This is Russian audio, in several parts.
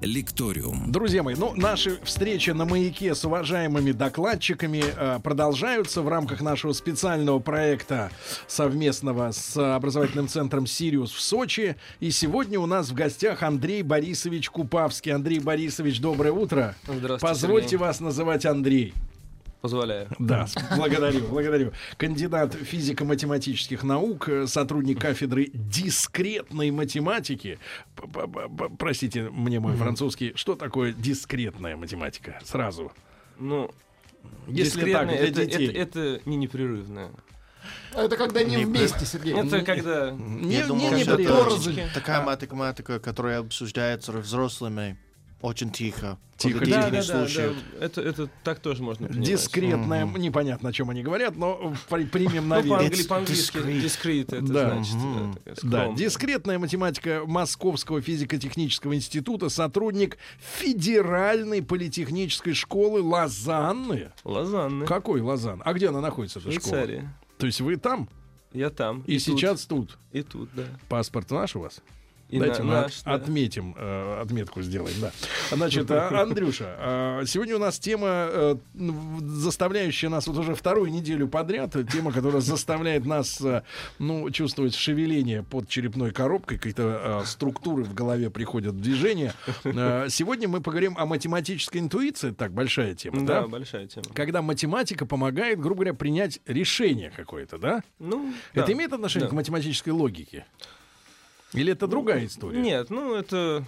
«Лекториум». Друзья мои, ну, наши встречи на маяке с уважаемыми докладчиками э, продолжаются в рамках нашего специального проекта совместного с образовательным центром «Сириус» в Сочи. И сегодня у нас в гостях Андрей Борисович Купавский. Андрей Борисович, доброе утро. Здравствуйте, Позвольте Сергей. вас называть Андрей. Позволяю. Да, с- благодарю, благодарю. Кандидат физико-математических наук, э, сотрудник кафедры дискретной математики. П- п- п- п- Простите мне мой французский. Что такое дискретная математика? Сразу. Ну, Если так, дискретно, для это, детей. это, это не непрерывное. А Это когда не вместе, Сергей. Ну, Это когда... Не, Я думал, не что это неприятно. Розочки. Такая математика, которая обсуждается взрослыми, очень тихо. Тихо, когда тихо. их не слушают. Это, это так тоже можно понимать. Дискретная, непонятно, о чем они говорят, но при- примем на Ну, веру. по-англи- по-английски Discrete. дискрит это Да. значит. Мгм. э, такая Да, скромная. дискретная математика Московского физико-технического института, сотрудник Федеральной политехнической школы Лозанны. Лозанны. Какой Лозанн? А где она находится, эта школа? Швейцария. То есть вы там Я там. и, тут, сейчас тут. И тут, да. Паспорт наш у вас? И Дайте на- мы наш, от- да. отметим, э, отметку сделаем, да. Значит, а, Андрюша, а, сегодня у нас тема, э, ну, в- заставляющая нас вот уже вторую неделю подряд, э, тема, которая заставляет нас, э, ну, чувствовать шевеление под черепной коробкой, какие-то э, структуры в голове приходят в движение. Э, Сегодня мы поговорим о математической интуиции, так, большая тема, Да, да? большая тема. Когда математика помогает, грубо говоря, принять решение какое-то, да? Ну, Это да. имеет отношение Да. к Ну, математической логике? Или это другая история? Нет, ну это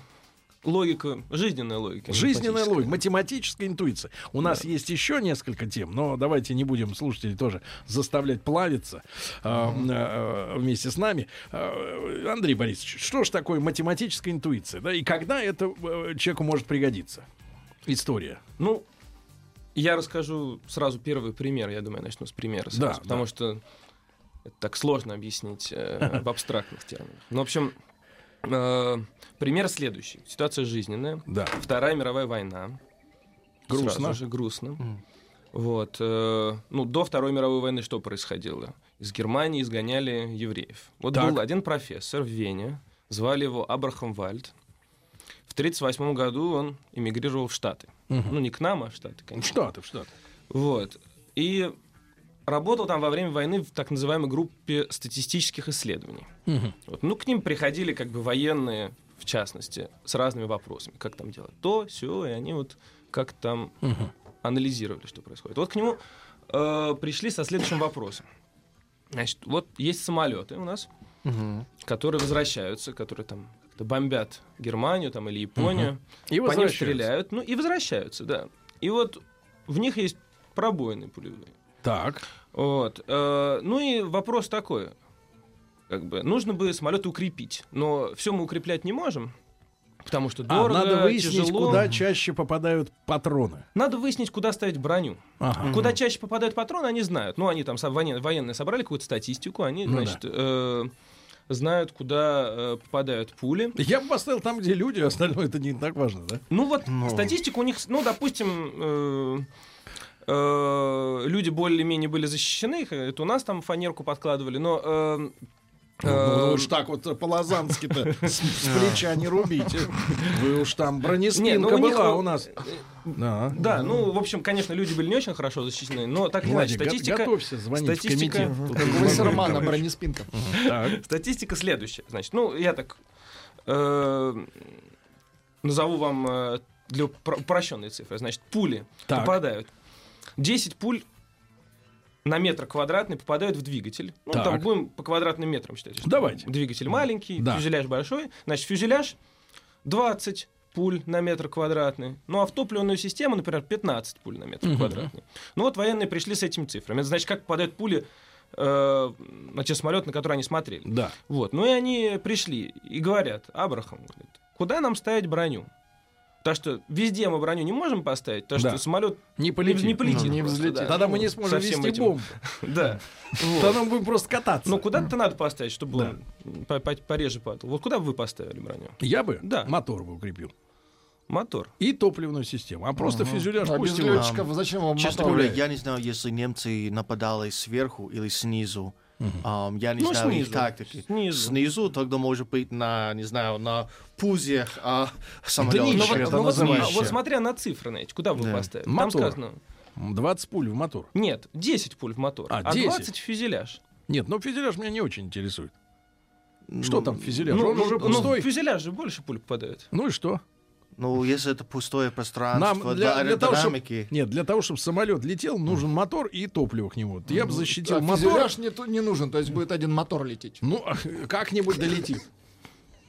логика, жизненная логика. не Жизненная математическая. логика, математическая интуиция. У нас есть еще несколько тем, но давайте не будем слушателей тоже заставлять плавиться э, э, вместе с нами. Э, Андрей Борисович, что же такое математическая интуиция? Да, и когда это э, человеку может пригодиться? История. Ну, я расскажу сразу первый пример. Я думаю, я начну с примера. сразу, Да, потому да. что это так сложно объяснить э, в абстрактных терминах. Ну, в общем, э, пример следующий. Ситуация жизненная. Да. Вторая мировая война. Грустно. Сразу же грустно. Мгм. Вот. э, ну, до Второй мировой войны что происходило? Из Германии изгоняли евреев. Вот Так. был один профессор в Вене, звали его Абрахам Вальд. В 1938 году он эмигрировал в Штаты. Ну, не к нам, а в Штаты, конечно. Штаты, Штаты. Вот. И работал там во время войны в так называемой группе статистических исследований. Вот. Ну, к ним приходили как бы военные, в частности, с разными вопросами. Как там делать то, все, и они вот как там анализировали, что происходит. Вот к нему э, пришли со следующим вопросом. Значит, вот есть самолеты у нас, Мгм. которые возвращаются, которые там как-то бомбят Германию там, или Японию. И По ним возвращаются. стреляют, ну и возвращаются, да. И вот в них есть пробоины пулевые. Так. Вот. э, ну и вопрос такой. Как бы, нужно бы самолеты укрепить, но все мы укреплять не можем, потому что А, дорого, надо выяснить, тяжело. куда чаще попадают патроны. Надо выяснить, куда ставить броню. Ага. Куда чаще попадают патроны, они знают. Ну, они там со- воен- военные собрали какую-то статистику, они, Ну да. значит, э, знают, куда э, попадают пули. Я бы поставил там, где люди, а остальное это не так важно, да? Ну вот Ну. статистика у них, ну допустим, э, э, люди более-менее были защищены, это у нас там фанерку подкладывали, но э, Ну, э, вы уж так вот э, по-лазански-то с, с плеча не рубите. Вы уж там бронеспинка Не, ну, у них, была э, у нас. Да. да, ну в общем, конечно, люди были не очень хорошо защищены, но так или иначе Владик, го- статистика. готовься звонить статистика- в комитет. Как у Вассермана, бронеспинка. Так. Статистика следующая. Значит, ну, я так э, назову вам э, для упро- упрощенной цифры. Значит, пули Так. попадают. 10 пуль на метр квадратный попадают в двигатель. Ну, Так. там будем по квадратным метрам считать. что Давайте. Двигатель маленький, Да. фюзеляж большой. Значит, фюзеляж 20 пуль на метр квадратный. Ну, а в топливную систему, например, 15 пуль на метр Мгм. квадратный. Ну, вот военные пришли с этими цифрами. Это значит, как попадают пули э, на те самолеты, на которые они смотрели. Да. Вот. Ну и они пришли и говорят, Абрахам, говорит, куда нам ставить броню? Потому что везде мы броню не можем поставить, потому Да. что самолет Не полетит. полетит. полетит Не просто, взлетит. да. Тогда мы не Ну, со сможем всем вести этим. бомбу. Да. Тогда мы будем просто кататься. Но Ну, куда-то надо поставить, чтобы он по- по- пореже падал. Вот куда бы вы поставили броню? Я бы Да. мотор бы укрепил. Мотор. И топливную систему. А просто Ну, фюзеляж А без пустил. летчиков зачем вам Честно мотор? говоря, я не знаю, если немцы нападали сверху или снизу. Ам, я не Ну, знаю снизу. их тактики. Снизу. тогда может быть на, не знаю, на пузях а, самолета. Днище Ну вот- это ну вот см- называется. а вот смотря на цифры на эти, куда бы вы Да. поставили? Там Мотор. сказано, 20 пуль в мотор. нет, 10 пуль в мотор, А, а, 10? 20 в фюзеляж. Нет, но фюзеляж меня не очень интересует. Что там фюзеляж? Ну, Он ну, уже ну, пустой. в фюзеляж же больше пуль попадает. Ну и что? Ну, если это пустое Нам пространство для, для того, чтобы, аэродинамики. нет, для того, чтобы самолет летел, нужен мотор и топливо к нему. Я бы защитил А мотор. фюзеляж не, ту- не нужен, то есть будет один мотор лететь. Ну, а, как-нибудь долетит.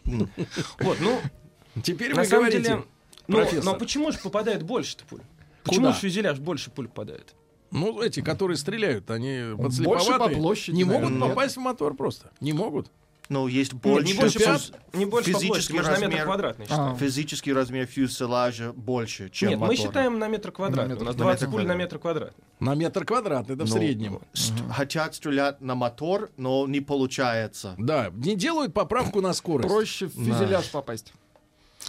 Вот, ну, Теперь на вы самом говорите, деле... Ну, профессор. но почему же попадает больше-то пуль? Почему Куда? же в фюзеляж больше пуль попадает? ну, эти, которые стреляют, они Больше по подслеповатые, площади, не наверное, могут нет. попасть в мотор просто. Не могут. Ну, есть Нет, больше, не больше, физ- по- не больше по площади, физический мы же на метр размер. квадратный А, считаем. физический размер фюзеляжа больше, чем Нет, мы мотора. считаем на метр квадратный. У нас на 20 пуль на метр квадратный. метр квадратный. На метр квадратный, да в Ну, среднем. ст- Хотят стрелять на мотор, но не получается. Да, не делают поправку на скорость. Проще в фюзеляж попасть.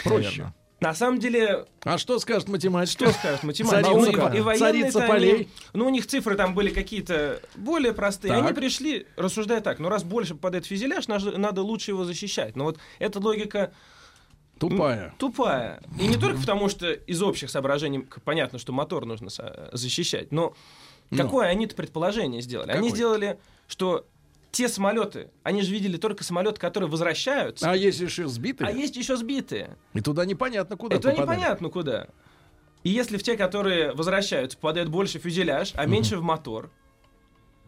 Проще. На самом деле, А что скажет математик? Что скажет математик? Царица Ну, и- поля. и военные-то Царица они- полей. Ну, у них цифры там были какие-то более простые. Так. Они пришли, рассуждая так, ну, раз больше попадает фюзеляж, наж- надо лучше его защищать. Но вот эта логика Тупая. тупая. И не только потому, что из общих соображений к- понятно, что мотор нужно со- защищать, но Ну. какое они-то предположение сделали? Они Какое? сделали, что те самолеты, они же видели только самолеты, которые возвращаются, А если же сбитый, а есть еще сбитые. и туда непонятно куда Это попадали. непонятно куда. И если в те, которые возвращаются, попадает больше в фюзеляж, а меньше в мотор,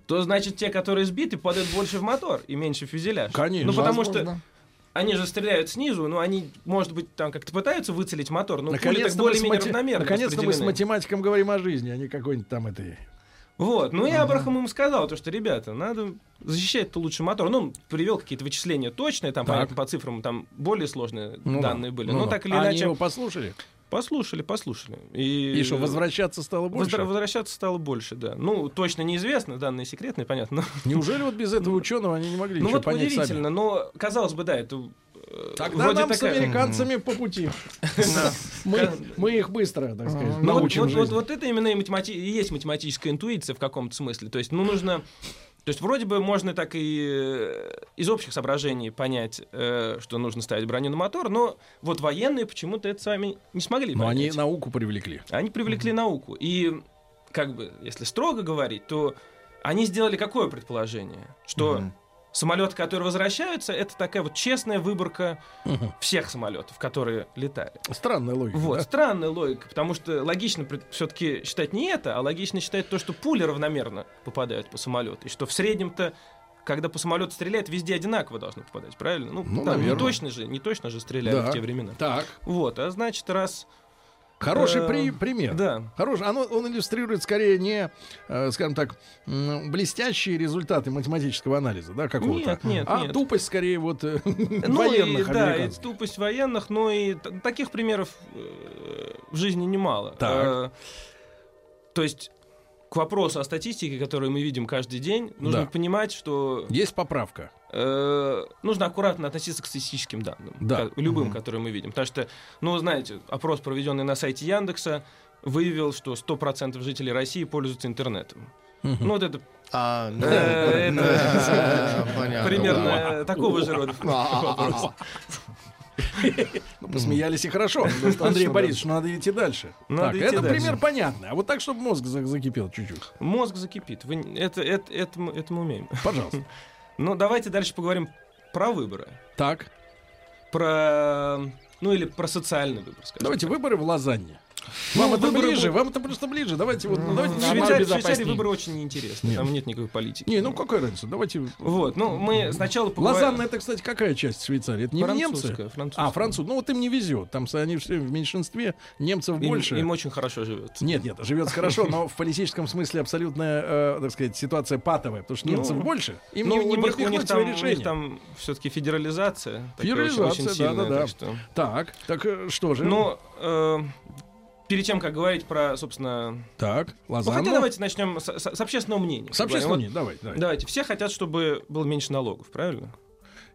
то значит те, которые сбиты, попадают больше в мотор и меньше в фюзеляж. Конечно. Ну потому что Возможно. они же стреляют снизу, но они, может быть, там как-то пытаются выцелить мотор, но пули Ну, так Наконец-то мы, с более-менее мате- равномерно наконец-то мы с распределены. математиком говорим о жизни, а не какой-нибудь там этой... Вот, ну и Абрахам им сказал, то, что, ребята, надо защищать-то лучше мотор. Ну, он привел какие-то вычисления точные, там, Так. понятно, по цифрам, там более сложные Ну данные да, были. ну но да. так или А Они иначе, э, его послушали? послушали, послушали. И, И что, возвращаться стало больше? Возвра- Возвращаться стало больше, да. Ну, точно неизвестно, данные секретные, понятно. Неужели вот без этого ученого они не могли Ну ничего вот понять сами? удивительно, но казалось бы, да, это э, Тогда вроде нам такая- с американцами по пути. Мы, мы их быстро, так сказать, Ну, вот, научим вот- вот- жизни. вот это именно и, математи- и есть математическая интуиция в каком-то смысле. То есть, ну, нужно... То есть, вроде бы можно так и э, из общих соображений понять, э, что нужно ставить броню на мотор, но вот военные почему-то это сами не смогли Но они понять. науку привлекли. Они привлекли науку. И, как бы, если строго говорить, то они сделали какое предположение? Что Мгм. самолеты, которые возвращаются, это такая вот честная выборка Мгм. всех самолетов, которые летали. Странная логика. Вот, да? странная логика, потому что логично все-таки считать не это, а логично считать то, что пули равномерно попадают по самолету, и что в среднем-то когда по самолету стреляет, везде одинаково должно попадать, правильно? Ну, Ну, там не наверное. точно же, не точно же стреляли Да. в те времена. Так, Вот, а значит, раз... хороший Э, при- пример. Да. Хороший. Оно, он иллюстрирует скорее не, э, скажем так, м, блестящие результаты математического анализа, да, какого-то. Нет, нет, а нет. тупость скорее вот э, Ну военных и, да, и американцев. тупость военных, но и т- таких примеров э, в жизни немало. Так. Э, то есть к вопросу о статистике, которую мы видим каждый день, нужно Да. понимать, что Есть поправка. э, нужно аккуратно относиться к статистическим данным, Да. ко- любым, которые мы видим. Потому что, ну, знаете, опрос, проведенный на сайте Яндекса, выявил, что 100% жителей России пользуются интернетом. Ну, вот это А, ну, Э, ну, это- э, понятно, да. примерно такого же рода вопрос. Ну, посмеялись и хорошо. Андрей Борисович, ну, надо идти дальше. Надо так, идти это дальше. пример понятный. А вот так, чтобы мозг за- закипел чуть-чуть. Мозг закипит. Вы не- это, это, это, мы, это мы умеем. Пожалуйста. Но Ну, давайте дальше поговорим про выборы. Так, Про... Ну или про социальный выбор, скажем. давайте выборы в лазанье. Вам Ну, это выборы ближе, будут. вам это просто ближе. Давайте вот ну, давайте В нормально, Швейцарии, в Швейцарии безопаснее. выборы очень неинтересные, Нет. там нет никакой политики. Не, ну какая разница? Давайте. Вот, ну мы сначала поговорим- Лозанна это, кстати, какая часть Швейцарии? Это не Французская, немцы? французская. А, француз. Ну вот им не везет. Там с- они все в меньшинстве, немцев Им- больше. Им очень хорошо живет. Нет, нет, живется хорошо, но в политическом смысле абсолютная, э, так сказать, ситуация патовая, потому что Ну, немцев больше, им Ну, не, не у, них, у, пропихнуть них свои там, у решения. них там все-таки федерализация. такая Федерализация, очень, очень сильная, да-да-да. так что- Так, так э, что же? Но э, перед тем, как говорить про, собственно... так, Ну, Лозанна. хотя давайте начнем с, с- с общественного мнения. С общественным Вот, мнением, давай, давай. Давайте. Все хотят, чтобы было меньше налогов, правильно?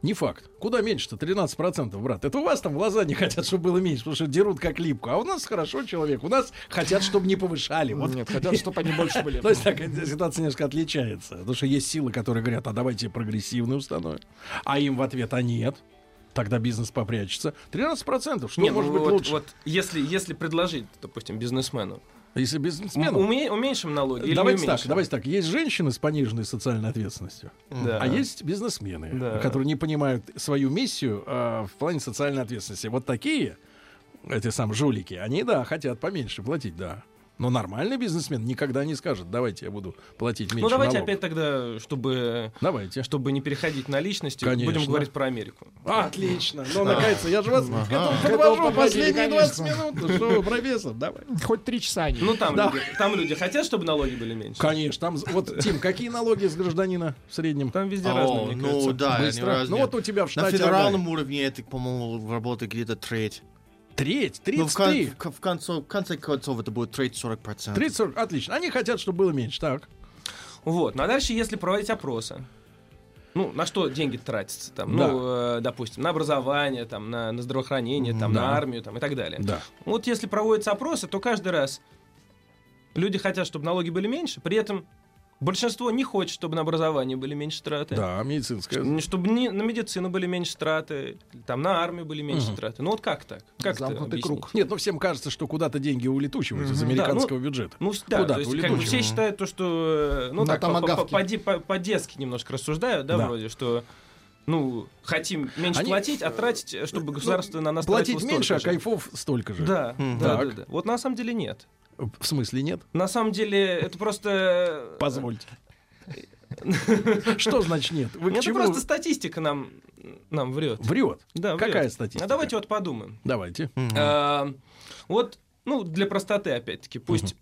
Не факт. Куда меньше-то? 13%, брат. Это у вас там в Лозанне хотят, чтобы было меньше, потому что дерут как липку. А у нас хорошо человек. У нас хотят, чтобы не повышали. Вот Нет, хотят, чтобы они больше были. Типа. То есть так, э, ситуация немножко отличается. Потому что есть силы, которые говорят, а давайте прогрессивную установим. А им в ответ, а нет. Тогда бизнес попрячется. 13%, что Нет, может ну, быть вот, лучше? вот если, если предложить, допустим, бизнесмену, Если м- бизнесмену... уме- уменьшим налоги или не Давайте так, уменьшим? давайте так. Есть женщины с пониженной социальной ответственностью, Да. а есть бизнесмены, Да. которые не понимают свою миссию а, в плане социальной ответственности. Вот такие, эти сам жулики, они, да, хотят поменьше платить, да. Но нормальный бизнесмен никогда не скажет, давайте я буду платить меньше Ну давайте налогов». опять тогда, чтобы Давайте. чтобы не переходить на личности, Конечно. будем говорить про Америку. Отлично. Ну, наконец, я же вас к этому К этому подвожу подводили, последние конечно. 20 минут. Ну Что вы, профессор, давай. Хоть три часа они. Э, Ну там, Да. люди, там люди хотят, чтобы налоги были меньше. Конечно, там, вот, Тим, какие налоги с гражданина в среднем? Там везде разные, О, мне ну кажется. да, они Быстро. разные. Ну, вот у тебя в На штате Огайо. федеральном уровне это, по-моему, работает где-то треть. Треть, Ну, в, кон- 33. в кон- в конце, в конце концов это будет треть-40%. процентов. 30, отлично. Они хотят, чтобы было меньше. Так. Вот. Ну а дальше, если проводить опросы, ну, на что деньги тратятся там? Да. Ну, э, допустим, на образование, там, на, на здравоохранение, там, Да. на армию там, и так далее. Да. Вот если проводятся опросы, то каждый раз люди хотят, чтобы налоги были меньше, при этом большинство не хочет, чтобы на образование были меньше траты. Да, медицинская. Н- Чтобы не- на медицину были меньше траты, там на армию были меньше Мгм. траты. Ну вот как так? Как это Замкнутый объяснить? круг. Нет, ну всем кажется, что куда-то деньги улетучиваются из Мгм. американского Да, бюджета. Ну с- да, Куда то ты есть как бы улетучил? все считают то, что э, ну На так по- по- томагавке. по-ди- по- по-детски немножко рассуждают, да, Да. вроде, что ну хотим меньше Они, ну, платить, а тратить, э, чтобы государство на нас Платить тратило меньше, а столько же. кайфов столько же. Да, Мгм. да, Так. да, да. Вот на самом деле нет. В смысле нет? На самом деле это просто э, Ну, Позвольте. Что значит нет? Вы к Это чему? просто статистика нам нам врет. Врет. Да, врет. Какая статистика? А давайте вот подумаем. Давайте. А, Вот, ну, для простоты, опять-таки, пусть.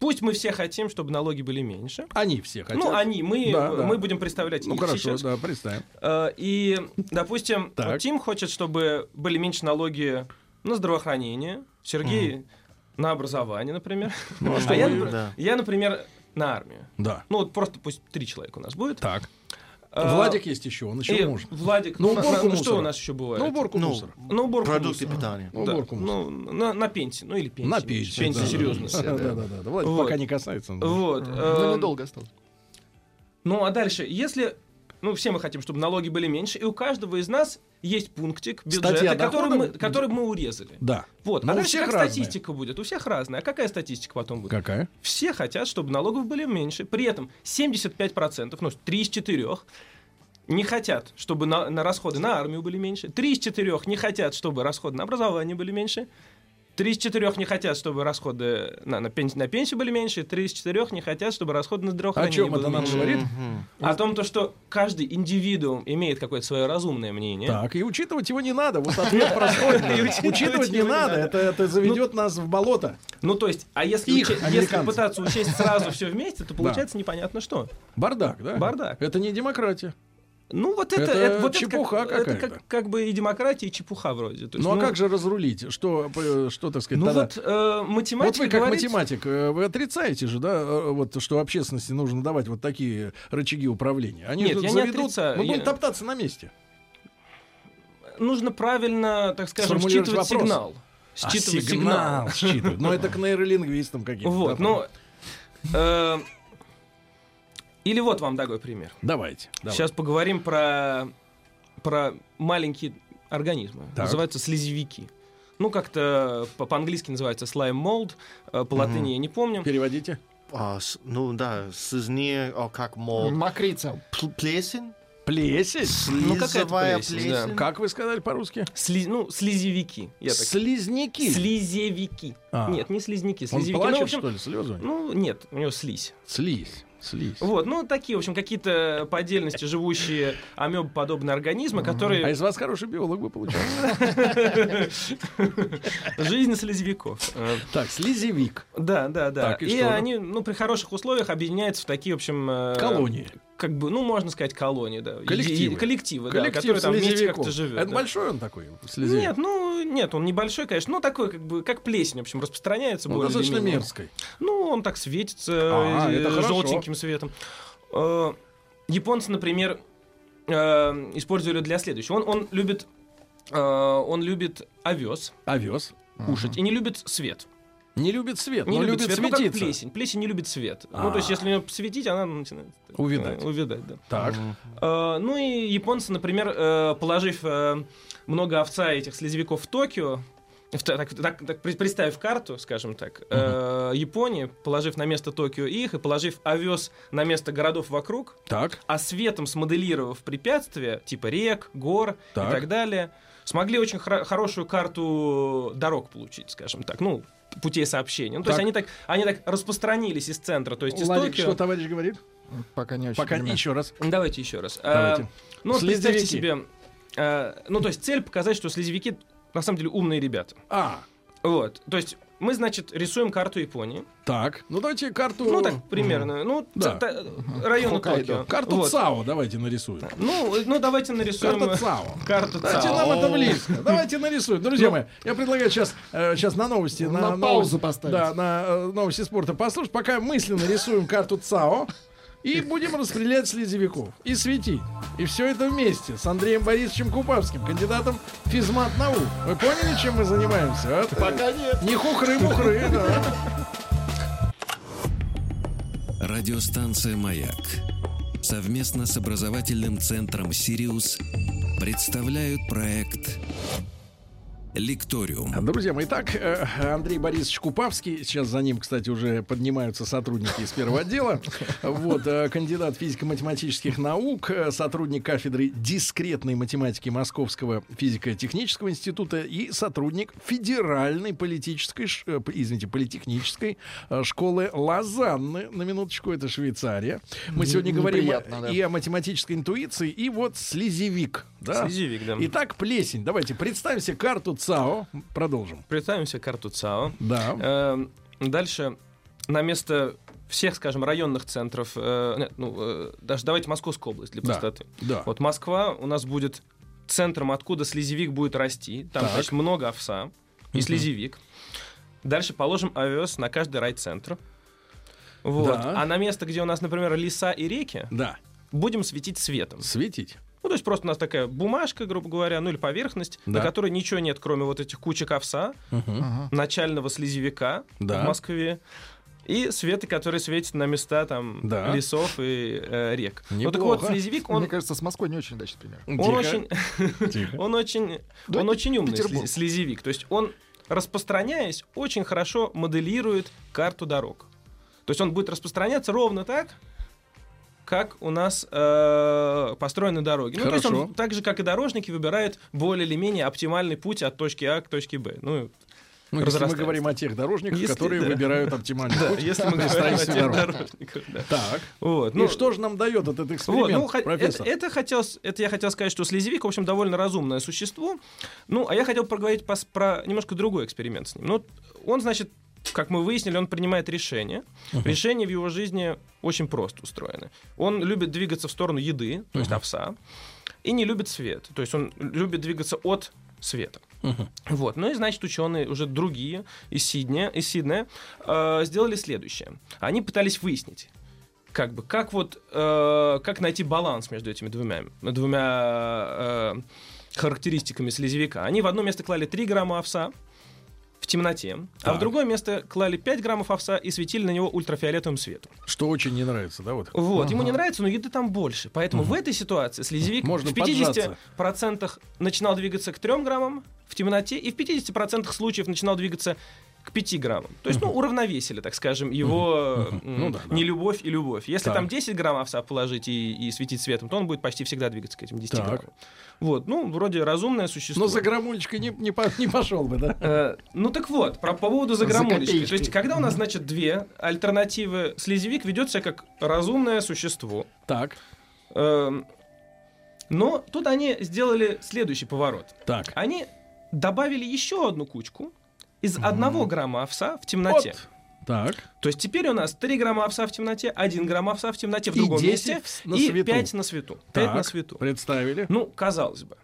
Пусть мы все хотим, чтобы налоги были меньше. Они все хотят. Ну, они, мы, Да, да. мы будем представлять Ну их хорошо, сейчас. да, представим. А, И, допустим, Так. вот Тим хочет, чтобы были меньше налоги на здравоохранение, Сергей на образование, например. Ну, а что а я, вы- например, да. я, например, на армию. Да. Ну, вот просто пусть три человека у нас будет. Так. А, Владик есть еще, он еще и может. Владик, Ну, ну, уборку на- ну, мусора. что у нас еще бывает? Ну, уборку Ну, мусора. Ну, уборку Продукты мусора. питания. Ну, Да. уборку мусора. Ну, на, на пенсии, ну или пенсии. На пенсию. пенсию. да. серьезно. Да, да, да. да. Владик Вот. пока не касается. но- Вот. Ну, эм, недолго осталось. Ну, а дальше, если... Ну, все мы хотим, чтобы налоги были меньше, и у каждого из нас есть пунктик Статья бюджета, который мы, доходов? который мы урезали. Да. Вот. Ну, у а дальше всех как разная. статистика будет? У всех разная. А какая статистика потом будет? Какая? Все хотят, чтобы налогов были меньше. При этом 75%, ну, 3 из 4 не хотят, чтобы на, на расходы на армию были меньше. 3 из 4 не хотят, чтобы расходы на образование были меньше. 3 из 4 не хотят, чтобы расходы на, на, пенс- на пенсию были меньше. 3 из 4 не хотят, чтобы расходы на О здравоохранение чем были это нам меньше. говорит? Мгм. О том, то, что каждый индивидуум имеет какое-то свое разумное мнение. Так, и учитывать его не надо. Вот ответ простой. И учитывать Учитывать не его не надо. надо. Это это заведет нас в болото. Ну, то есть, а если, Их, уче- если американцев. пытаться учесть сразу все вместе, то получается непонятно что. Бардак, да? Бардак. Это не демократия. Ну, вот это, Это это- вот чепуха это как, это какая-то. как, как бы и демократия, и чепуха вроде. То есть, Ну а как же разрулить? Что, э, что так сказать, Ну тогда? вот э, математика Вот вы как говорит- математик, э, вы отрицаете же, да, э, вот что общественности нужно давать вот такие рычаги управления. Они Нет, же я не заведут, отрицаю. мы будем Я- топтаться на месте. Нужно правильно, так скажем, Сформулировать считывать вопрос. А сигнал. Считывать сигнал. считывать. Но это к нейролингвистам каким-то. Вот, да, ну... э, Или вот вам такой пример. Давайте. давайте. Сейчас поговорим про, про маленькие организмы. Так. Называются слизевики. Ну, как-то по- по-английски называется слайм молд, по латыни я не помню. Переводите. А, с- ну да, сызни, о, как мол, Макрица. пл- плесень? Плесень? Ну, какая-то Слизовая плесень, плесень. да. Как вы сказали по-русски? Сли- ну, слизевики. Я так... Слизняки. Слизевики. А. Нет, не слизняки, Он слизевики. плачет, ну, в общем, что ли, слезы? ну, нет, у него слизь. Слизь. Слизь. Вот, ну, такие, в общем, какие-то по отдельности живущие амебоподобные организмы, которые... А из вас хороший биолог бы получился. Жизнь слизевиков. Э, Так, слизевик. Да, да, да. Так, и и что же? они, ну, при хороших условиях объединяются в такие, в общем... э, Колонии. Как бы, ну, можно сказать, колонии, да. Иди- Коллективы. коллективы, да, Коллектив которые там вместе слизевиков. как-то живет. Это большой он такой, слизевик? Нет, ну, нет, он небольшой, конечно, но такой, как бы, как плесень, в общем, распространяется Ну, более или достаточно менее. мерзкой. Ну, он так светится А, э, это хорошо. желтеньким светом. Э, Японцы, например, э, использовали для следующего. Он, он любит, э, он любит овес Овес. кушать и не любит свет. А Не любит свет, Не но любит, свет, ну, как светиться. плесень. Плесень не любит свет. Ну, то есть, А. если ее светить, она начинает... э, Увидать. Увидать, да. так. Э, Ну и японцы, например, э, положив э, много овца и этих слезевиков в Токио, в та- так, так- так при- представив карту, скажем так, э, Японии, положив на место Токио их и положив овес на место городов вокруг, Так. а светом смоделировав препятствия, типа рек, гор Так. и так далее, смогли очень хра- хорошую карту дорог получить, скажем так, ну, путей сообщения. Ну, то Так. есть они так, они так распространились из центра, то есть из Владик, Токио. что товарищ говорит? Пока не очень Пока понимаю. еще раз. Давайте еще раз. Давайте. А, ну, вот Слизевики. представьте себе, а, ну, то есть цель показать, что слизевики на самом деле умные ребята. А, Вот, то есть мы, значит, рисуем карту Японии. так. Ну давайте карту. Ну, так примерно. Ну, Да. ц- та- район Хоккайдо. Токио. Карту Вот. ЦАО давайте нарисуем. Ну, э, ну, давайте нарисуем Карта э, ЦАО. карту Давайте ЦАО. нам это близко. Давайте нарисуем. Друзья мои, я предлагаю сейчас, э, сейчас на новости. Ну. На паузу поставить. Да, на э, новости спорта послушать. Пока мысленно рисуем карту ЦАО. И будем распределять слезевиков. И светить. И все это вместе с Андреем Борисовичем Купавским, кандидатом в физмат наук. Вы поняли, чем мы занимаемся? а? Пока нет. Не хухры-мухры, да. Радиостанция «Маяк» совместно с образовательным центром «Сириус» представляют проект «Лекториум». Друзья мои, итак, э, Андрей Борисович Купавский, сейчас за ним, кстати, уже поднимаются сотрудники из первого отдела, вот, э, кандидат физико-математических наук, э, сотрудник кафедры дискретной математики Московского физико-технического института и сотрудник Федеральной политической, ш- э, п- извините, политехнической э, школы Лозанны, на минуточку, это Швейцария. Мы сегодня говорим неприятно, да. и о математической интуиции, и вот слезевик, да? Слизевик, да. Итак, плесень. Давайте представим себе карту ЦАО. Продолжим. Представим себе карту ЦАО. Да. Эм, Дальше на место всех, скажем, районных центров, э, нет, ну, э, даже давайте Московскую область для Да. простоты. Да. Вот Москва у нас будет центром, откуда слезевик будет расти. Там, Так. значит, много овса и слезевик. Дальше положим овес на каждый райцентр. Вот. Да. А на место, где у нас, например, леса и реки, Да. будем светить светом. Светить. Ну, то есть просто у нас такая бумажка, грубо говоря, ну или поверхность, Да. на которой ничего нет, кроме вот этих кучек овса, начального слезевика Да. в Москве и света, который светит на места там Да. лесов и э, рек. Ну так Неплохо. вот, слезевик, Мне он, кажется, с Москвой не очень удачный пример. он очень... Тихо. Ну, Он очень, Да, он и очень умный Петербург. слез- слезевик. То есть он, распространяясь, очень хорошо моделирует карту дорог. То есть он будет распространяться ровно так, как у нас э, построены дороги. Ну, то есть Хорошо. он так же, как и дорожники, выбирает более или менее оптимальный путь от точки А к точке Б. Ну, Ну, если мы разрастается. говорим о тех дорожниках, Если, которые да. выбирают оптимальный да, путь. если мы говорим о Представь себе тех дорогу. дорожниках. да. Так. Вот, Ну, и что же нам дает этот Вот, эксперимент, ну, хо- это, профессор? это, хотелось- это я хотел сказать, что слезевик, в общем, довольно разумное существо. Ну, а я хотел проговорить пос- про немножко другой эксперимент с ним. Ну, он, значит, как мы выяснили, он принимает решения. Решения в его жизни очень просто устроены. Он любит двигаться в сторону еды, то есть овса, и не любит свет. То есть он любит двигаться от света. Вот. Ну и, значит, ученые уже другие из Сиднея, из Сиднея э, сделали следующее. Они пытались выяснить, как бы, как вот, э, как найти баланс между этими двумя, двумя э, характеристиками слезевика. Они в одно место клали 3 грамма овса в темноте, а Так. в другое место клали 5 граммов овса и светили на него ультрафиолетовым светом. Что очень не нравится, да, вот? Вот, ему не нравится, но еды там больше. Поэтому в этой ситуации слезевик Можно в 50% начинал двигаться к 3 граммам в темноте, и в 50% случаев начинал двигаться к к 5 граммам. То есть, ну, уравновесили, так скажем, его м, Ну да, да. нелюбовь и любовь. Если Так. там 10 грамм овса положить и, и светить светом, то он будет почти всегда двигаться к этим 10 Так. граммам. Вот, ну, вроде разумное существо. Но за грамулечкой не, не, по- не пошел бы, да? Э, ну так вот, про, по поводу За заграмулечки. копеечки. То есть, когда у нас, значит, две альтернативы, слезевик ведет себя как разумное существо. Так, Эм, но тут они сделали следующий поворот. так. Они добавили еще одну кучку из одного грамма овса в темноте. Вот. Так. То есть теперь у нас 3 грамма овса в темноте, 1 грамм овса в темноте в И другом 10 месте на и свету. 5 на свету. 5 так, на свету. Представили. Ну, казалось бы,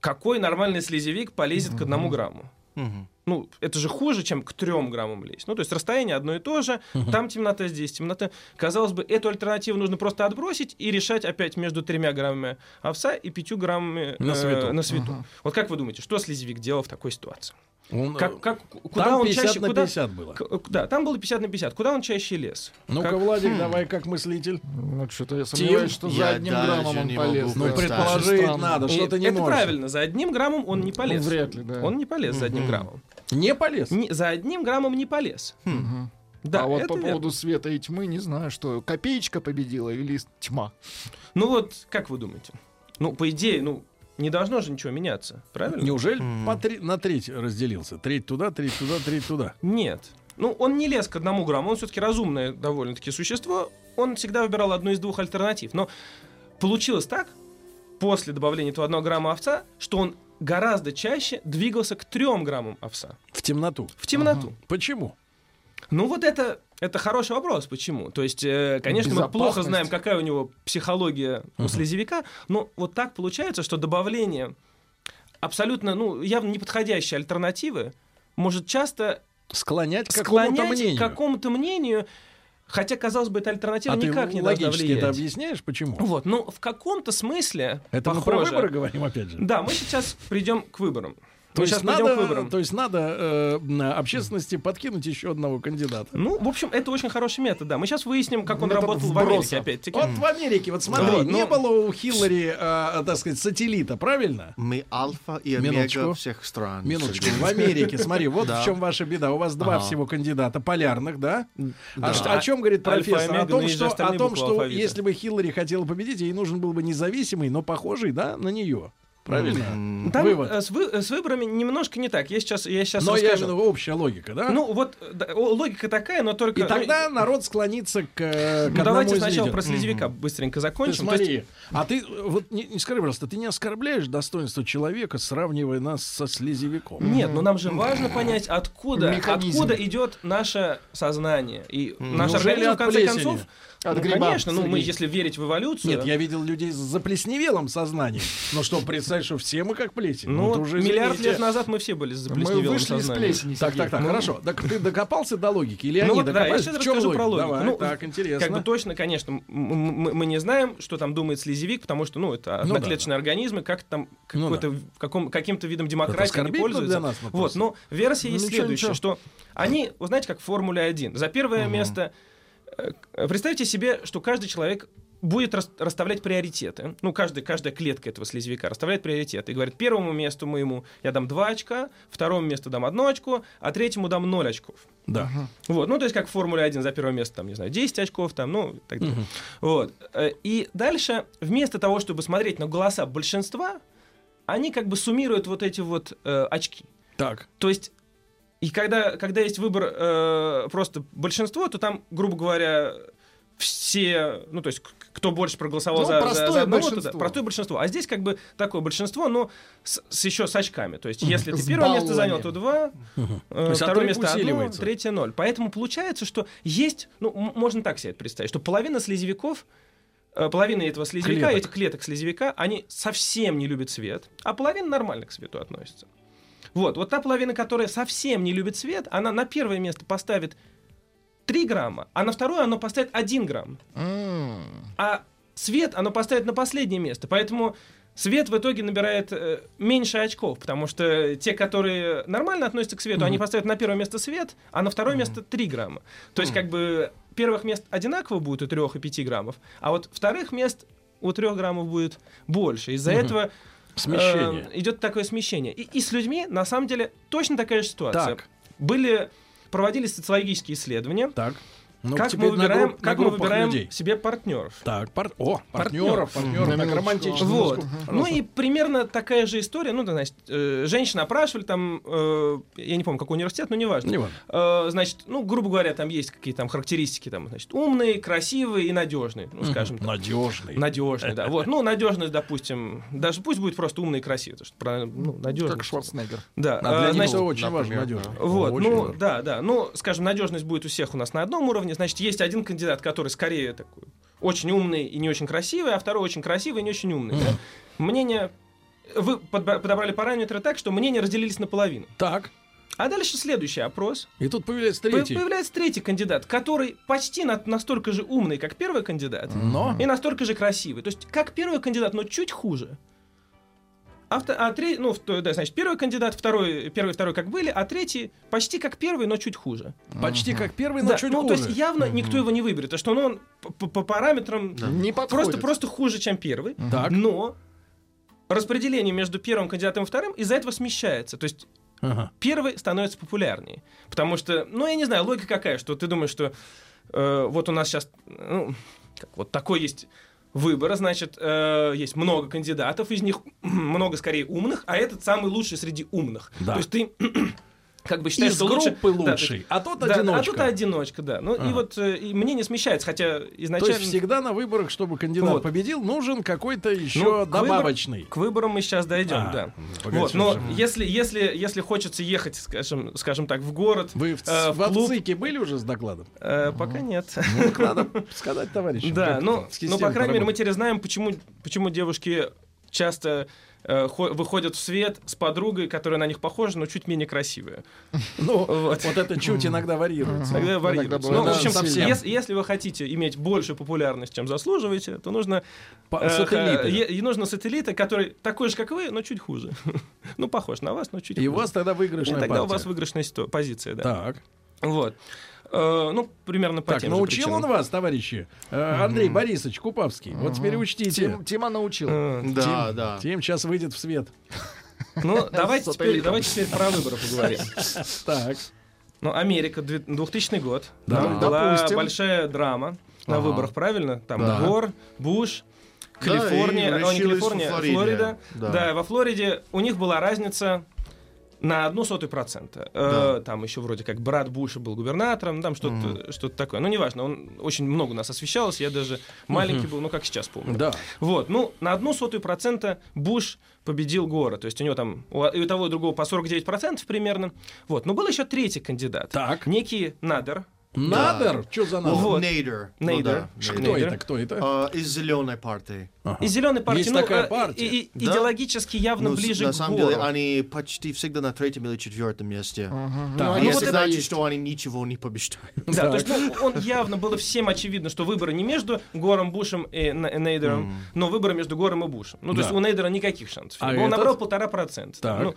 какой нормальный слезевик полезет к одному грамму? Мгм. Ну, это же хуже, чем к трем граммам лезть. Ну, то есть расстояние одно и то же, там темнота, здесь темнота. Казалось бы, эту альтернативу нужно просто отбросить и решать опять между тремя граммами овса и пятью граммами На э, свету. на свету. Вот как вы думаете, что слезевик делал в такой ситуации? Он, э, Как, как, к- куда там он 50 чаще... на куда... 50 было. к- Да, там было 50 на 50. Куда он чаще лез? Ну-ка, Как- Хм. Владик, давай как мыслитель. Ну, что-то я сомневаюсь, что за Я одним даже граммом он не полез. могу да. Ну, Представь. предположить Странно. надо, И что ты не это можешь. правильно, за одним граммом он не полез. Ну, вряд ли, да. Он не полез за одним граммом. Не полез? Ни- за одним граммом не полез. Хм. Мгм. Да, а вот это по верно. поводу света и тьмы не знаю, что копеечка победила или тьма. Ну вот, как вы думаете? Ну, по идее, ну, не должно же ничего меняться, правильно? Неужели М. по три- на треть разделился? Треть туда, треть туда, треть туда. Нет. Ну, он не лез к одному грамму, он все-таки разумное довольно-таки существо. Он всегда выбирал одну из двух альтернатив. Но получилось так, после добавления этого одного грамма овца, что он гораздо чаще двигался к трем граммам овса. В темноту. В темноту. Почему? Ну вот это, это хороший вопрос, почему? То есть, э, конечно, мы плохо Безопасность. знаем, какая у него психология у слезевика, но вот так получается, что добавление абсолютно, ну, явно неподходящей альтернативы может часто Склонять к какому-то склонять мнению. к какому-то мнению, хотя, казалось бы, эта альтернатива А ты никак не должна логически это влиять. объясняешь, почему? вот, но в каком-то смысле, Это мы похоже... про выборы говорим, опять же. Да, мы сейчас придем к выборам. То мы есть, сейчас придем надо, к выборам. то есть надо э, на общественности подкинуть еще одного кандидата. Ну, в общем, это очень хороший метод, да. Мы сейчас выясним, как он Метод работал в вброса. Америке, опять-таки. Вот в Америке, вот смотри, Вот, не ну- было у Хиллари, э, так сказать, сателлита, правильно? Мы альфа и Минуточку. омега всех стран. Минуточку. Сергей. В Америке, смотри, вот Да. в чем ваша беда. У вас два Ага. всего кандидата полярных, да? А Да. что- о чем говорит Альфа и профессор? О омега, том, но есть же что, о остальные том, буквы что алфавита. если бы Хиллари хотела победить, ей нужен был бы независимый, но похожий, да, на нее. Правильно? М, Там Вывод. э, С, вы- э, с выборами немножко не так. Я сейчас, я сейчас Но я расскажу. имею в виду общая логика, да? Ну вот э, да, о, логика такая, но только. И ну, тогда народ склонится к, э, к ну, одному давайте из сначала лидеров. про слезевика быстренько закончим. Ты То смотри, есть- а ты э, вот не, не скажи, пожалуйста, ты не оскорбляешь достоинство человека, сравнивая нас со слезевиком? Нет, но нам же важно понять, откуда, Механизм. откуда идет наше сознание. И наш Неужели организм, в от конце плесени? концов. От ну, гриба, конечно, ну мы, Сергей. если верить в эволюцию. Нет, я видел людей с заплесневелым сознанием. Ну что, представь, что все мы как плесень. Ну, это вот уже, миллиард извините. лет назад мы все были с Мы заплесневелым вышли из сознанием. плесени. Так, Сергей. так, так, хорошо. Так ты докопался до логики? Или Ну они вот, да, я докопались? сейчас В чем расскажу про логика? логику. Давай, Ну, так, интересно. Как бы точно, конечно, м- м- м- мы не знаем, что там думает слезевик, потому что, ну, это Ну да, одноклеточные организмы, как там Ну какой-то, в каком, каким-то видом демократии они оскорбительно пользуются. для нас, ну, вот, просто. но версия есть Ничего, следующая, ничего. что они, вы знаете, как в Формуле-1, за первое место... э, к- Представьте себе, что каждый человек будет рас- расставлять приоритеты. Ну, каждый, каждая клетка этого слезевика расставляет приоритеты. И говорит, первому месту моему я дам 2 очка, второму месту дам 1 очко, а третьему дам 0 очков. Да. Вот, ну, то есть, как в Формуле 1 за первое место, там, не знаю, 10 очков, там, ну, и так далее. Вот. Э, И дальше, вместо того, чтобы смотреть на голоса большинства, они как бы суммируют вот эти вот э, очки. Так. То есть, и когда, когда есть выбор э, просто большинство, то там, грубо говоря, все, ну, то есть, к- кто больше проголосовал Ну, за, за- простое за одного, то да, большинство. простое большинство. А здесь как бы такое большинство, но с, с еще с очками. То есть, если ты С первое место занял, баллами. то два, э, есть второе отрыв место одно, усиливается. третье ноль. Поэтому получается, что есть, ну, м- можно так себе это представить, что половина слезевиков э, половина этого слизевика, Клеток. этих клеток слизевика, они совсем не любят свет, а половина нормально к свету относится. Вот, вот та половина, которая совсем не любит свет, она на первое место поставит 3 грамма, а на второе она поставит 1 грамм. М. А свет она поставит на последнее место. Поэтому свет в итоге набирает э, меньше очков, потому что те, которые нормально относятся к свету, они поставят на первое место свет, а на второе место 3 грамма. То есть как бы первых мест одинаково будет у 3 и 5 граммов, а вот вторых мест у 3 граммов будет больше. Из-за этого Смещение. э, идет такое смещение. И, и с людьми на самом деле точно такая же ситуация. Так. были проводились социологические исследования, Так. Ну, как теперь мы на выбираем, групп- на как мы группах выбираем людей. себе партнеров. Так, пар- о, партнеров, партнеров, На так минуточку. романтично. Вот. Ну и примерно такая же история. Ну, да, значит, э, женщины опрашивали там, э, я не помню, какой университет, но неважно. Неважно. Э, значит, ну, грубо говоря, там есть какие-то там характеристики, там, значит, умные, красивые и надежные, ну, скажем так. Надежный. Надежный, да. Вот. Ну, надежный, допустим, даже пусть будет просто умный и красивый, потому что про- ну, надежный. Как Шварценеггер. Да. А для э, них значит, это очень например, важно, надежно. Вот, Очень ну важно. да, да. Ну, скажем, надежность будет у всех у нас на одном уровне. Значит, есть один кандидат, который скорее такой очень умный и не очень красивый, а второй очень красивый и не очень умный. да. Мнение. Вы подбра- подобрали параметры так, что мнения разделились наполовину. Так, А дальше следующий опрос. и тут появляется По- третий. Появляется третий кандидат, который почти на- настолько же умный, как первый кандидат, Но и настолько же красивый. То есть, как первый кандидат, но чуть хуже. А, вто- а тре- ну, вто- да, значит, первый кандидат, второй, первый, и второй как были, а третий почти как первый, но чуть хуже. почти как первый, но Да, чуть ну, хуже. то есть явно никто его не выберет, потому что ну, он по- по, по параметрам Да. Не просто, подходит. просто хуже, чем первый. Так. Но распределение между первым кандидатом и вторым из-за этого смещается. То есть Ага. первый становится популярнее. Потому что, ну, я не знаю, логика какая, что ты думаешь, что э, вот у нас сейчас, ну, как, вот такой есть выбор, значит, э, есть много кандидатов, из них много скорее умных, а этот самый лучший среди умных. Да. То есть ты как бы считаешь, Из что лучше... группы Да, то есть- лучший, а тот да, а одиночка. тут одиночка, да. Ну Ага. и вот э, и мнение смещается, хотя изначально... То есть всегда на выборах, чтобы кандидат Вот. победил, нужен какой-то Ну, еще к выбор- добавочный. К выборам мы сейчас дойдем, А, да. ну, погодите Вот, но уже. если, если, если хочется ехать, скажем, скажем так, в город, Вы в, э, в в клуб, ЦИКе были уже с докладом? э, пока нет. Ну, надо сказать товарищам. Да, как это, но, с но, по системой крайней мере, мы поработать. теперь знаем, почему, почему девушки часто э, хо- выходят в свет с подругой, которая на них похожа, но чуть менее красивая. Ну, Вот. вот это чуть иногда варьируется. Тогда варьируется. бывает Ну, в не общем, совсем. ес- если вы хотите иметь большую популярность, чем заслуживаете, то нужно По- Э, сателлиты. э, е- И нужно сателлита, который такой же, как вы, но чуть хуже. Ну, похож на вас, но чуть И у хуже. вас тогда И выигрышная тогда у вас партия. выигрышная ситу- позиция, да. Так, Вот. Э, Ну, примерно по так тем же научил он причинам. вас, товарищи. Э, Андрей Борисович Купавский. Вот теперь учтите. Тим- Тима научил. Э, Да, да. Тем сейчас выйдет в свет. Ну, давайте теперь, сателлитом. давайте теперь про выборы поговорим. Так. Ну, Америка, две- 2000 год. Да. Там была Допустим. большая драма на Ага. выборах, правильно? Там Да. Гор, Буш, Калифорния, Да, и а, не решилась Калифорния, во Флориде. Флорида. Да. Да. во Флориде у них была разница на одну сотую процента. Э, там еще вроде как брат Буша был губернатором, там что-то что такое. Ну, неважно, он очень много у нас освещалось, я даже маленький был, ну, как сейчас помню. Да. Вот, ну, на одну сотую процента Буш победил Гора. То есть у него там, у, и у того и у другого по 49 процентов примерно. Вот, но был еще третий кандидат. Так. Некий Надер. Надер? Что за надер? Ну Вот. Нейдер. Нейдер. Ну да, Ш- Нейдер. Кто Нейдер. это? Кто это? А, Из зеленой партии. Ага. И зеленой партии, Есть ну, такая э, партия. и- и- Да. идеологически явно Ну, с- ближе на к самом Гору. деле они почти всегда на третьем или четвертом месте. А Ну, Так. И Ну, вот это они это всегда значит, есть. что они ничего не побеждают. Да, то есть ну, он явно было всем очевидно, что выборы не между Гором Бушем и Н- э, Нейдером, но выборы между Гором и Бушем. Ну, Да. то есть у Нейдера никаких шансов. А он этот? набрал полтора процента. Так. Ну,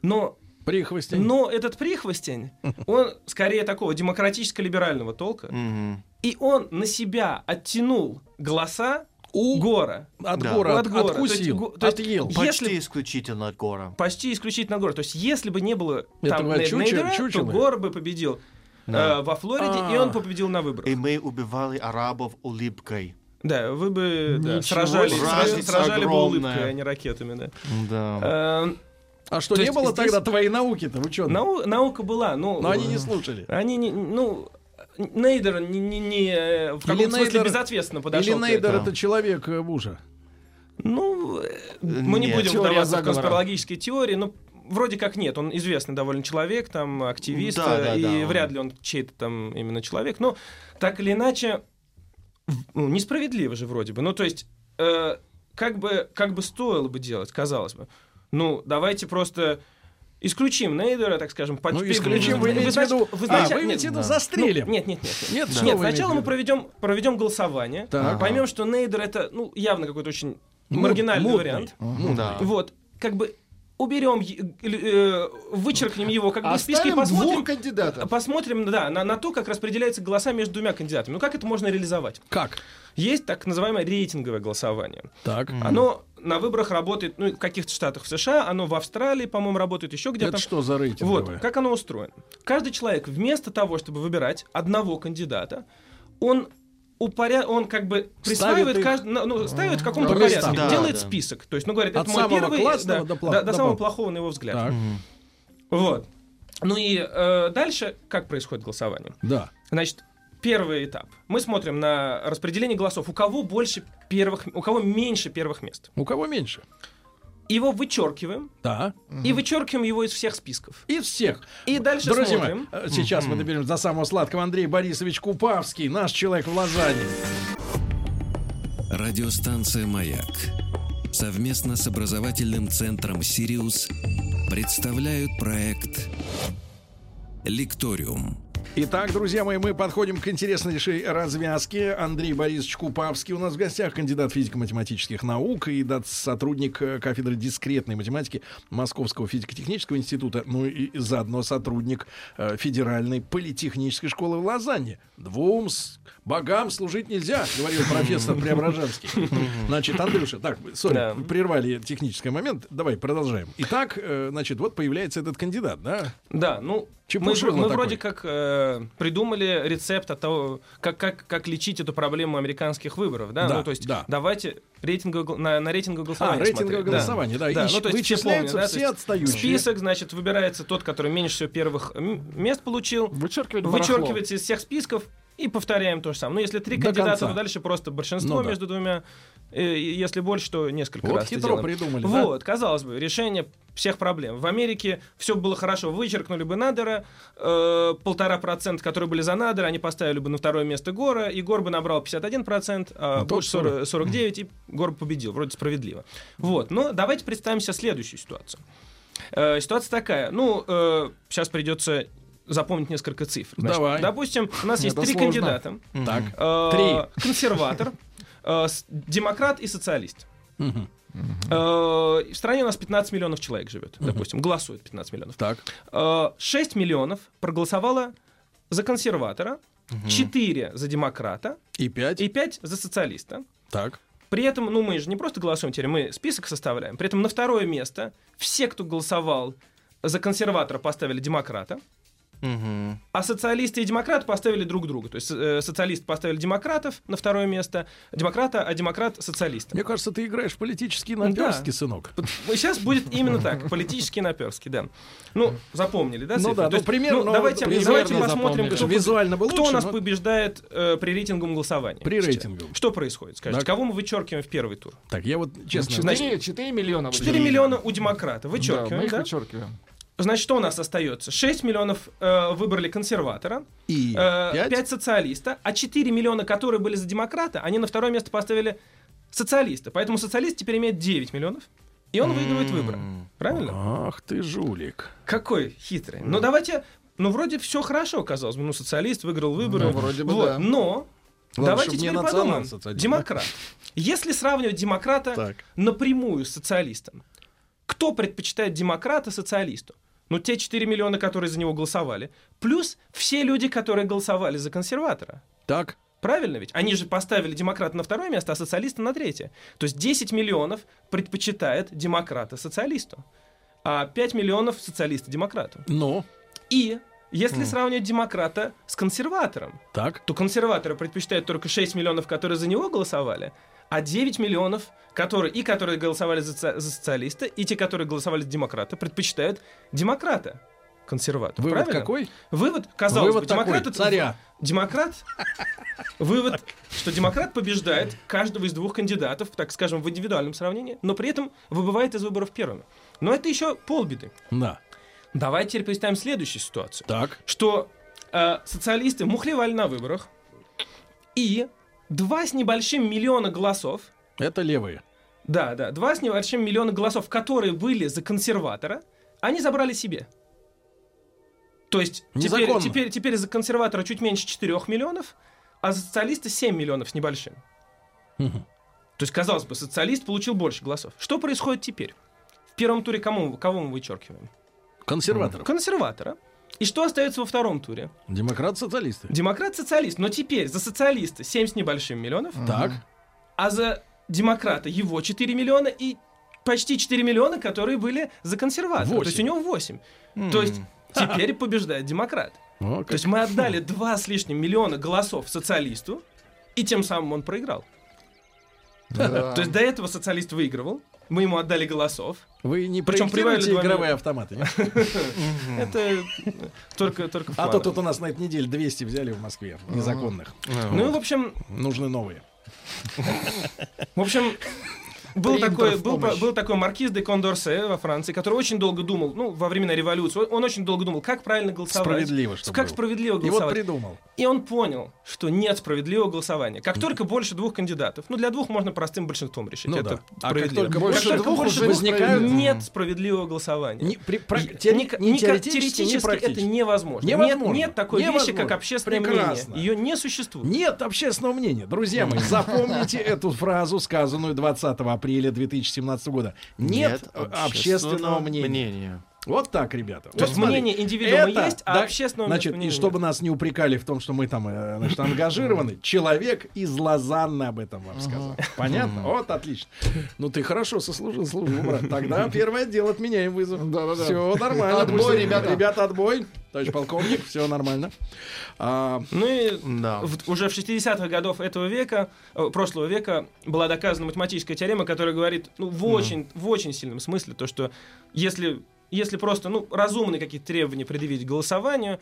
но, Прихвостень. но этот прихвостень, он скорее такого демократическо-либерального толка, Мгм. и он на себя оттянул голоса у Гора. от Да. гора, От гора. То есть откусил, го- то есть отъел. е- Почти Если- исключительно от гора. Почти исключительно Гора. То есть, если бы не было там Этого Ней- чучела- Нейдера, то чучела. Гор бы победил Да. э, во Флориде, и А. он бы победил на выборах. И мы убивали арабов улыбкой. Да, вы бы да, Ничего сражались, себе. сра- Разница сражали бы огромная. улыбкой, а не ракетами, да. Да. Э, А что, То не есть было здесь- тогда твоей науки-то? Вы что? нау- Наука была, ну, Но они не слушали. они не, ну, Нейдер не, не- не, э, в каком-то смысле Нейдер- безответственно подошел. Или к Нейдер этому. это человек э, Буша? этому. Ну, э, мы не Нет. будем Теория вдаваться в заговора. конспирологические теории, но вроде как нет, он известный довольно человек, там, активист, Да, да, э, и да, он- вряд ли он чей-то там именно человек, но так или иначе, в- ну, несправедливо же вроде бы, ну, то есть, э, как, бы, как бы стоило бы делать, казалось бы, ну, давайте просто исключим Нейдера, так скажем, под- Ну, исключим, Ну, вы имеете в знаете- виду... вы А, знаете- вы нет, имеете в виду да. застрелим? ну, Нет, нет, нет. Нет, что Нет, вы имеете сначала в мы виду? проведем, проведем голосование, Так. поймем, что Нейдер это, ну, явно какой-то очень Мут- маргинальный мутный. вариант. Ну да. Вот, как бы уберем, е- э, вычеркнем его, как бы из списка и Ну, Оставим А посмотрим, двух кандидатов. посмотрим, да, на, на то, как распределяются голоса между двумя кандидатами. Ну, как это можно реализовать? Как? Есть так называемое рейтинговое голосование. Так. Оно на выборах работает, ну, и в каких-то штатах в США, оно в Австралии, по-моему, работает еще где-то. Это что за рейтинг? Вот, как оно устроено. Каждый человек вместо того, чтобы выбирать одного кандидата, он упоря... он как бы присваивает их- кажд- на- ну, ставит в каком-то По местам. порядке, Да, делает да. список. То есть, ну, говорит, От это мой самого первый... классного до да, пла- да, до до самого пла- плохого, на его взгляд. Так, Вот. Ну и э, дальше как происходит голосование? да. Значит, первый этап. Мы смотрим на распределение голосов. У кого больше первых, у кого меньше первых мест. У кого меньше? Его вычеркиваем Да. и вычеркиваем его из всех списков. И всех. И дальше Друзья мои, смотрим. э, сейчас мы наберем за самого сладкого Андрей Борисович Купавский, наш человек в лазанье. Радиостанция «Маяк» совместно с образовательным центром «Сириус» представляют проект «Лекториум». Итак, друзья мои, мы подходим к интересной ши- развязке. Андрей Борисович Купавский у нас в гостях, кандидат физико-математических наук и доц- сотрудник э, кафедры дискретной математики Московского физико-технического института, ну и и заодно сотрудник э, Федеральной политехнической школы в Лозанне. Двум с- богам служить нельзя, говорил профессор Преображенский. Значит, Андрюша, так, Да. сори, прервали технический момент. Давай, продолжаем. Итак, э, значит, вот появляется этот кандидат, да? Да, ну мы, Чепушило мы такое. вроде как э, придумали рецепт от того, как, как, как лечить эту проблему американских выборов, да? Да, ну, то есть да. давайте рейтинговое гол- на, на рейтинговое А, голосование. рейтинговое смотреть, да. голосование, да. Да, И ну, то есть вычисляются все помнят, да, то все есть отстающие. Список, значит, выбирается тот, который меньше всего первых м, мест получил. Вычеркивать барахло. Вычеркивается из всех списков и повторяем то же самое. Ну, если три До кандидата, конца. то дальше просто большинство Ну да. между двумя. Э, и Если больше, то несколько Вот раз. это хитро делаем. придумали, да? Вот, казалось бы, решение всех проблем. В Америке все было хорошо, вычеркнули бы Надера, э, полтора процента, которые были за Надера, они поставили бы на второе место Гора, и Гор бы набрал 51 процент, а Ну, Буш топ 40 49, и Гор победил, вроде справедливо. Вот, но давайте представим себе следующую ситуацию. Э, ситуация такая, ну, сейчас придется запомнить несколько цифр. Давай. Допустим, у нас есть Это три сложно. кандидата. Так. Э, Три. Консерватор, э, с- демократ и социалист. Мгм. Э, В стране у нас 15 миллионов человек живет, допустим, голосует 15 миллионов. Так. Э, 6 миллионов проголосовало за консерватора, 4 за демократа И пять. и 5 за социалиста. Так. При этом, ну мы же не просто голосуем теперь, мы список составляем. При этом на второе место все, кто голосовал за консерватора, поставили демократа. Мгм. А социалисты и демократы поставили друг друга. То есть э, социалисты поставили демократов на второе место, демократа, а демократ социалиста. Мне кажется, ты играешь в политические наперстки, Да. сынок. Сейчас будет именно так. Политические наперски, да. Ну, запомнили, да? Ну цифры? да, То ну, есть, примерно, но давайте, примерно давайте запомнили. посмотрим, кто, Чтобы визуально было кто лучше, у нас но- побеждает э, при рейтинговом голосовании. При сейчас? рейтинговом. Что происходит? Скажите, Так. кого мы вычеркиваем в первый тур? Так, я вот честно. Значит, 4, 4 миллиона. 4 миллиона у демократа. Да, мы Вычеркиваем, их да? вычеркиваем. Значит, что у нас остается? 6 миллионов э, выбрали консерватора, и э, пять? 5 социалиста, а 4 миллиона, которые были за демократа, они на второе место поставили социалиста. Поэтому социалист теперь имеет 9 миллионов, и он выигрывает выборы. Правильно? Ах ты жулик. Какой хитрый. Ну давайте, ну вроде все хорошо, казалось бы, ну социалист выиграл выборы. Ну, вроде бы вот, да. Но Главное, давайте чтоб не теперь подумаем. национал-социалист, Демократ. Если сравнивать демократа Так. напрямую с социалистом, кто предпочитает демократа социалисту? Ну, те 4 миллиона, которые за него голосовали, плюс все люди, которые голосовали за консерватора. Так. Правильно ведь? Они же поставили демократа на второе место, а социалиста на третье. То есть 10 миллионов предпочитает демократа социалисту, а 5 миллионов социалиста демократу. Ну, И если сравнивать демократа с консерватором, так. то консерваторы предпочитают только 6 миллионов, которые за него голосовали, а 9 миллионов, которые и которые голосовали за, соци- за социалиста, и те, которые голосовали за демократа, предпочитают демократа консерватору. Вывод правильно? какой? Вывод, казалось Вывод бы, демократ такой, это- царя. Демократ? Вывод, что демократ побеждает каждого из двух кандидатов, так скажем, в индивидуальном сравнении, но при этом выбывает из выборов первыми. Но это еще полбеды. Да. Давайте теперь представим следующую ситуацию. Так. Что э, социалисты мухлевали на выборах, и два с небольшим миллиона голосов, Это левые. да, да, два с небольшим миллиона голосов, которые были за консерватора, они забрали себе. То есть теперь, Незаконно. теперь, теперь за консерватора чуть меньше 4 миллионов, а за социалиста 7 миллионов с небольшим. Мгм. То есть, казалось бы, социалист получил больше голосов. Что происходит теперь? В первом туре кому, кого мы вычеркиваем? Консерваторы. Консерватора. И что остается во втором туре? Демократ-социалисты. Демократ-социалист. Но теперь за социалиста 7 с небольшим миллионов, Так. а за демократы, его 4 миллиона и почти 4 миллиона, которые были за консерваторов. То Восемь. есть у него 8. То есть теперь побеждает демократ. О, как. То есть мы отдали 2 с лишним миллиона голосов социалисту, и тем самым он проиграл. Да. То есть до этого социалист выигрывал, мы ему отдали голосов. Вы не Причем проектируете прибавили два игровые миллиона. автоматы? нет? Это только, только в А то планах. тут у нас на этой неделе 200 взяли в Москве незаконных. Ну и в общем, Нужны новые. В общем, был Принтер такой, в был, по- помощь. был такой маркиз де Кондорсе во Франции, который очень долго думал, ну, во времена революции, он- он очень долго думал, как правильно голосовать. Справедливо, чтобы Как было. справедливо И вот голосовать. И, придумал. он понял, что нет справедливого голосования. Как только больше двух кандидатов, ну, для двух можно простым большинством решить. Ну это да. А как справедливо. только больше двух уже возникают- нет справедливого голосования. Не, при- пра- И- те- ни- не ни теоретически, не это практически. невозможно. Невозможно. Нет, нет такой вещи, как Невозможно. общественное Прекрасно. мнение. Ее не существует. Нет общественного мнения. Друзья мои, запомните эту фразу, сказанную 20 апреля 2017 года. Нет, общественного мнения. Вот так, ребята. То есть мнение индивидуума это, есть, а да, общественного Значит, мнения и нет. чтобы нас не упрекали в том, что мы там э, значит, ангажированы, человек из Лозанны об этом вам сказал. Понятно? Вот, отлично. Ну, ты хорошо сослужил службу, брат. Тогда первое дело отменяем вызов. Да-да-да. Все нормально. Отбой, друзья. ребята. Ребята, отбой. Товарищ полковник, все нормально. А, Ну и Да. В- уже в 60-х годах этого века, э, прошлого века, была доказана математическая теорема, которая говорит, ну, в очень, в очень сильном смысле, то, что если, если просто, ну, разумные какие-то требования предъявить к голосованию,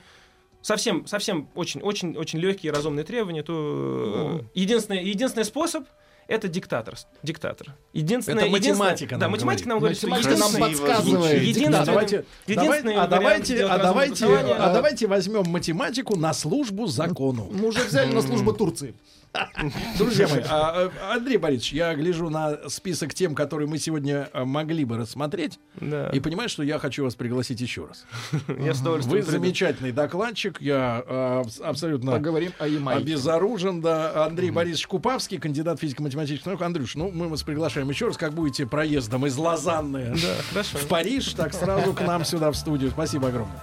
совсем, совсем очень, очень, очень легкие и разумные требования, Ну то э, единственный, единственный способ это диктатор. Диктатор. Единственное, Это математика единственное- да, нам математика нам говорит, Математика что нам Красиво единственное- звучит. подсказывает. Единственный- да, Да, давайте, давай- единственный а вариант давайте, сделать а разумное давайте, голосование, а а- давайте возьмем математику на службу закону. Мы уже взяли на службу Турции. Друзья мои, а, э, Андрей Борисович, я гляжу на список тем, которые мы сегодня э, могли бы рассмотреть, Да. и понимаю, что я хочу вас пригласить еще раз. Я с Вы удовольствием приду. замечательный докладчик, я э, абс- абсолютно Поговорим о Ямайке. обезоружен, да. Андрей Борисович Купавский, кандидат физико-математических наук. Андрюш, ну, мы вас приглашаем еще раз, как будете проездом из Лозанны Да, хорошо. в Париж, так сразу к нам сюда в студию. Спасибо огромное.